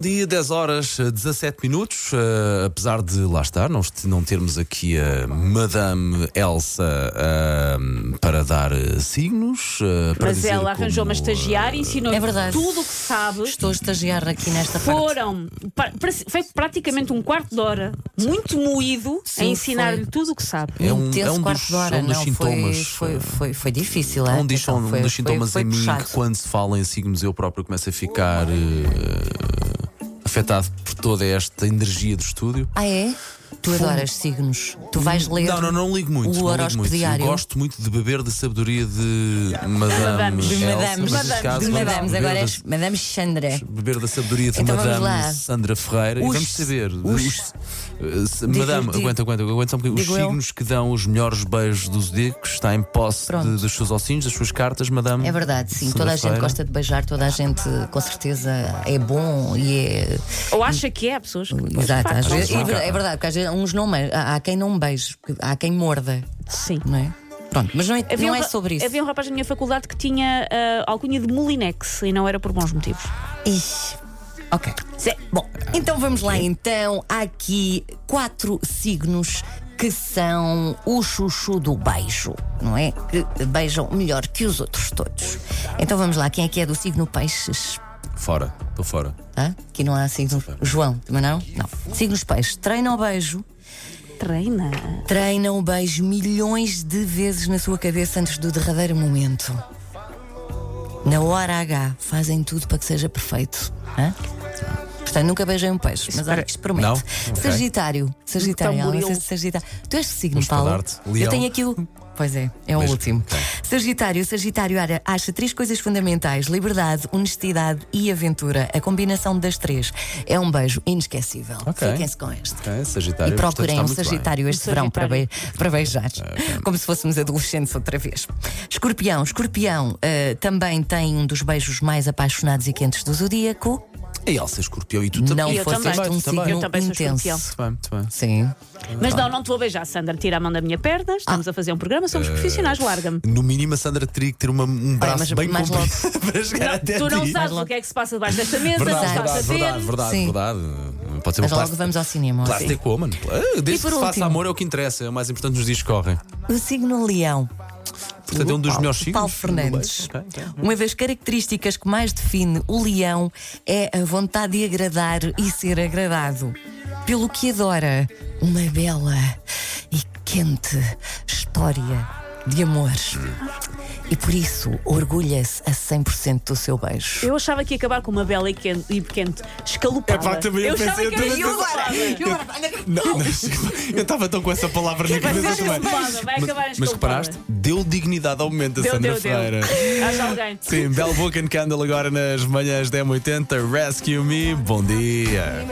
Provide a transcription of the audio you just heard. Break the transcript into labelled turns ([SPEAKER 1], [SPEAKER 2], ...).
[SPEAKER 1] Dia 10 horas 17 minutos, eh, apesar de lá estar, não, est- não termos aqui a Madame Elsa ah, para dar eh, signos. eh, para
[SPEAKER 2] Mas
[SPEAKER 1] dizer
[SPEAKER 2] ela arranjou
[SPEAKER 1] como,
[SPEAKER 2] uma estagiária e ensinou
[SPEAKER 3] É verdade.
[SPEAKER 2] tudo o que sabe.
[SPEAKER 3] Estou a estagiar aqui nesta parte.
[SPEAKER 2] Foram, pa- pra- foi praticamente um quarto de hora, muito moído, a
[SPEAKER 3] Sim,
[SPEAKER 2] ensinar-lhe
[SPEAKER 3] foi.
[SPEAKER 2] tudo o que sabe.
[SPEAKER 1] É um-
[SPEAKER 3] Intenso
[SPEAKER 1] é um
[SPEAKER 3] quarto
[SPEAKER 1] dos-
[SPEAKER 3] de hora,
[SPEAKER 1] é um dos
[SPEAKER 3] não,
[SPEAKER 1] sintomas,
[SPEAKER 3] Foi, foi, foi, foi difícil,
[SPEAKER 1] eh,
[SPEAKER 3] é?
[SPEAKER 1] Um dos,
[SPEAKER 3] Então,
[SPEAKER 1] um
[SPEAKER 3] foi-
[SPEAKER 1] dos
[SPEAKER 3] foi-
[SPEAKER 1] sintomas
[SPEAKER 3] foi
[SPEAKER 1] em mim
[SPEAKER 3] puxado.
[SPEAKER 1] que, quando se fala em signos, eu próprio começo a ficar eh, afetado por toda esta energia do estúdio.
[SPEAKER 3] Ah, é? Tu adoras signos. Tu vais ler.
[SPEAKER 1] Não, não, não ligo muito.
[SPEAKER 3] O
[SPEAKER 1] não ligo
[SPEAKER 3] horóscopo
[SPEAKER 1] muito. Eu
[SPEAKER 3] diário.
[SPEAKER 1] gosto muito de beber da sabedoria de Madame,
[SPEAKER 2] Madames.
[SPEAKER 3] De
[SPEAKER 1] Elsa,
[SPEAKER 3] madames,
[SPEAKER 1] É, mas neste caso
[SPEAKER 3] de
[SPEAKER 1] vamos
[SPEAKER 3] madames,
[SPEAKER 1] beber
[SPEAKER 3] agora é
[SPEAKER 1] da-
[SPEAKER 3] és Madame Chandra.
[SPEAKER 1] beber da sabedoria de
[SPEAKER 3] Então vamos lá.
[SPEAKER 1] Madame Sandra Ferreira e
[SPEAKER 3] Os-
[SPEAKER 1] vamos saber.
[SPEAKER 3] os-
[SPEAKER 1] os- eh, se- Madame,
[SPEAKER 3] digo.
[SPEAKER 1] aguenta, aguenta, aguenta só um bocadinho. Os
[SPEAKER 3] Digo eu.
[SPEAKER 1] signos que dão os melhores beijos do Zodíaco está em posse
[SPEAKER 3] Pronto.
[SPEAKER 1] de- dos seus ossinhos, das suas cartas, Madame.
[SPEAKER 3] É verdade, sim. Toda a gente
[SPEAKER 1] Sandra
[SPEAKER 3] gosta de beijar, toda a gente, com certeza, é bom e é.
[SPEAKER 2] Ou acha que é, há pessoas que.
[SPEAKER 3] Exato, às
[SPEAKER 2] Não,
[SPEAKER 3] vezes,
[SPEAKER 2] não.
[SPEAKER 3] é verdade, é verdade, porque às vezes uns não beijam. Há há quem não beije, porque há quem morda,
[SPEAKER 2] Sim.
[SPEAKER 3] não é? Pronto, mas não é, não é
[SPEAKER 2] ra-
[SPEAKER 3] sobre isso.
[SPEAKER 2] Havia um rapaz na minha faculdade que tinha ah, alcunha de Molinex e não era por bons motivos.
[SPEAKER 3] Ixi. Ok.
[SPEAKER 2] Sim.
[SPEAKER 3] Bom, então vamos lá então. Há aqui quatro signos que são o chuchu do beijo, não é? Que beijam melhor que os outros todos. Então vamos lá, quem é que é do signo peixes?
[SPEAKER 1] Fora, estou fora.
[SPEAKER 3] Hã? Aqui não há signo. João, também não? Não. Signos peixes. Treina o beijo.
[SPEAKER 2] Treina.
[SPEAKER 3] Treina o beijo milhões de vezes na sua cabeça antes do derradeiro momento. Na hora H, fazem tudo para que seja perfeito. Hã? Portanto, nunca beijei um peixe, mas olha que isto promete.
[SPEAKER 1] Não? Ok. um
[SPEAKER 3] Sagitário. Sagitário, ela não sei
[SPEAKER 2] Tamboril.
[SPEAKER 3] se Sagitário. Tu és de signo,
[SPEAKER 1] Vamos
[SPEAKER 3] Paulo?
[SPEAKER 1] falar-te.
[SPEAKER 3] Eu
[SPEAKER 1] Leão.
[SPEAKER 3] tenho aqui o. Pois é, é o
[SPEAKER 1] Mas-
[SPEAKER 3] último.
[SPEAKER 1] Tá.
[SPEAKER 3] Sagitário. Sagitário ara- acha três coisas fundamentais: liberdade, honestidade e aventura. A combinação das três é um beijo inesquecível.
[SPEAKER 1] Ok.
[SPEAKER 3] Fiquem-se com este.
[SPEAKER 1] Ok, Sagitário.
[SPEAKER 3] E procurem um
[SPEAKER 1] portanto, está muito bem. Ah,
[SPEAKER 3] Sagitário este
[SPEAKER 2] Um
[SPEAKER 3] verão para,
[SPEAKER 2] Sagitário.
[SPEAKER 3] bei- para beijar. Como se fôssemos adolescentes outra vez. Escorpião. Escorpião eh, também tem um dos beijos mais apaixonados e quentes do zodíaco.
[SPEAKER 1] E Elsa Escorpião e tu
[SPEAKER 3] Não
[SPEAKER 1] também.
[SPEAKER 2] Eu
[SPEAKER 3] fosse
[SPEAKER 2] também.
[SPEAKER 3] este um
[SPEAKER 1] Eu também.
[SPEAKER 3] signo
[SPEAKER 2] Eu também sou escorpião.
[SPEAKER 3] intenso.
[SPEAKER 1] Muito bem, muito bem.
[SPEAKER 3] Sim.
[SPEAKER 2] Mas não, não te vou beijar, Sandra. Tira a mão da minha perna.
[SPEAKER 3] Ah.
[SPEAKER 2] Estamos a fazer um programa,
[SPEAKER 3] Eh,
[SPEAKER 2] somos profissionais, larga-me.
[SPEAKER 1] No mínimo, a Sandra teria que ter uma- um braço
[SPEAKER 3] mas-
[SPEAKER 1] bem
[SPEAKER 3] mais
[SPEAKER 1] comprido para chegar até
[SPEAKER 2] Tu não
[SPEAKER 1] ti.
[SPEAKER 2] sabes o que é que se passa debaixo desta mesa,
[SPEAKER 1] Verdade,
[SPEAKER 2] não
[SPEAKER 1] verdade,
[SPEAKER 2] sabes
[SPEAKER 1] verdade,
[SPEAKER 2] saber.
[SPEAKER 1] verdade,
[SPEAKER 3] Sim.
[SPEAKER 1] verdade. Pode ser um
[SPEAKER 3] Mas logo
[SPEAKER 1] plástico.
[SPEAKER 3] vamos ao cinema. ó.
[SPEAKER 1] Plastic Woman. Ah, Desde
[SPEAKER 3] por
[SPEAKER 1] que se faça
[SPEAKER 3] último?
[SPEAKER 1] amor é o que interessa, é o mais importante nos dias que correm.
[SPEAKER 2] Ah,
[SPEAKER 3] O signo Leão.
[SPEAKER 1] Portanto, é um dos
[SPEAKER 3] Paulo-
[SPEAKER 1] melhores signos.
[SPEAKER 3] Paulo Fernandes.
[SPEAKER 1] Ok, ok.
[SPEAKER 3] Uma das características que mais define o leão é a vontade de agradar e ser agradado. Pelo que adora uma bela e quente história de amor. E por isso orgulha-se a 100% do seu beijo.
[SPEAKER 2] Eu achava que ia acabar com uma bela e quente, e quente escalupada.
[SPEAKER 1] É pá, também eu
[SPEAKER 2] achava
[SPEAKER 1] pensei, eu
[SPEAKER 2] que era
[SPEAKER 1] também
[SPEAKER 2] escalupada.
[SPEAKER 1] Não, não, eu estava tão com essa palavra na
[SPEAKER 2] Vai
[SPEAKER 1] cabeça
[SPEAKER 2] ser
[SPEAKER 1] também.
[SPEAKER 2] escalupada, vai acabar em
[SPEAKER 1] Mas, mas
[SPEAKER 2] escalupada.
[SPEAKER 1] reparaste, deu dignidade ao momento da
[SPEAKER 2] Deu,
[SPEAKER 1] Sandra
[SPEAKER 2] deu,
[SPEAKER 1] Ferreira.
[SPEAKER 2] deu. Acha alguém.
[SPEAKER 1] Sim, Bell Book and Candle agora nas manhãs 10h80. Rescue Me, bom dia.